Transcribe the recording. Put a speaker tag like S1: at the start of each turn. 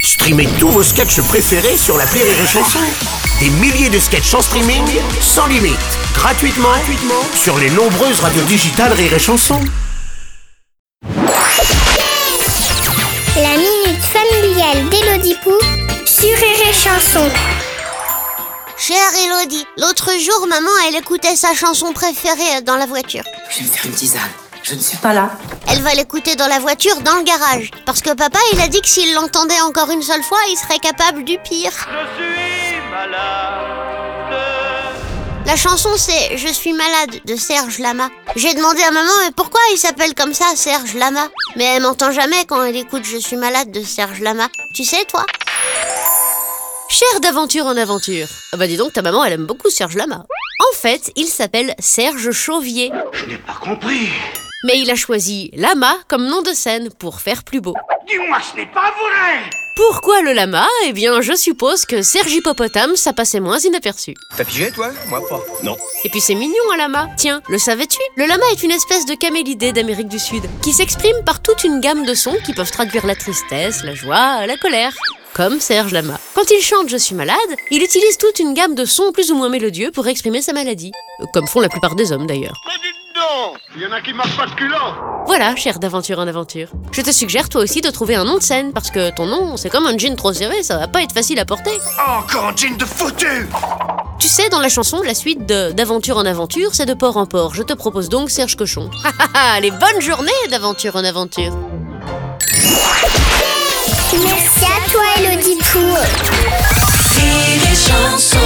S1: Streamez tous vos sketchs préférés sur la Rire et Chanson. Des milliers de sketchs en streaming, sans limite, gratuitement, gratuitement sur les nombreuses radios digitales Rire et Chanson.
S2: La minute familiale d'Élodie Pou sur Rire et Chanson.
S3: Chère Elodie, l'autre jour, maman, elle écoutait sa chanson préférée euh, dans la voiture.
S4: Je vais me faire une tisane. Je ne suis pas là.
S3: Elle va l'écouter dans la voiture, dans le garage. Parce que papa, il a dit que s'il l'entendait encore une seule fois, il serait capable du pire.
S5: Je suis malade.
S3: La chanson, c'est Je suis malade de Serge Lama. J'ai demandé à maman, mais pourquoi il s'appelle comme ça, Serge Lama Mais elle m'entend jamais quand elle écoute Je suis malade de Serge Lama. Tu sais, toi
S6: Cher d'aventure en aventure. Ah Bah dis donc, ta maman, elle aime beaucoup Serge Lama. En fait, il s'appelle Serge Chauvier.
S5: Je n'ai pas compris.
S6: Mais il a choisi Lama comme nom de scène pour faire plus beau.
S5: Dis-moi, ce n'est pas vrai.
S6: Pourquoi le lama Eh bien, je suppose que Serge Hippopotame, ça passait moins inaperçu.
S7: T'as pigé, toi Moi, pas. Non.
S6: Et puis c'est mignon un lama. Tiens, le savais-tu Le lama est une espèce de camélidée d'Amérique du Sud, qui s'exprime par toute une gamme de sons qui peuvent traduire la tristesse, la joie, la colère. Comme Serge Lama. Quand il chante Je suis malade, il utilise toute une gamme de sons plus ou moins mélodieux pour exprimer sa maladie. Euh, Comme font la plupart des hommes d'ailleurs.
S5: Mais dites donc, il y en a qui marchent pas de culot.
S6: Voilà, cher d'aventure en aventure. Je te suggère toi aussi de trouver un nom de scène, parce que ton nom, c'est comme un jean trop serré, ça va pas être facile à porter.
S7: Encore un jean de foutu
S6: Tu sais, dans la chanson, la suite de D'aventure en aventure, c'est de port en port. Je te propose donc Serge Cochon. Ah ah ah, les bonnes journées d'aventure en aventure.
S2: Merci à toi, Élodie Pou.
S8: et les chansons.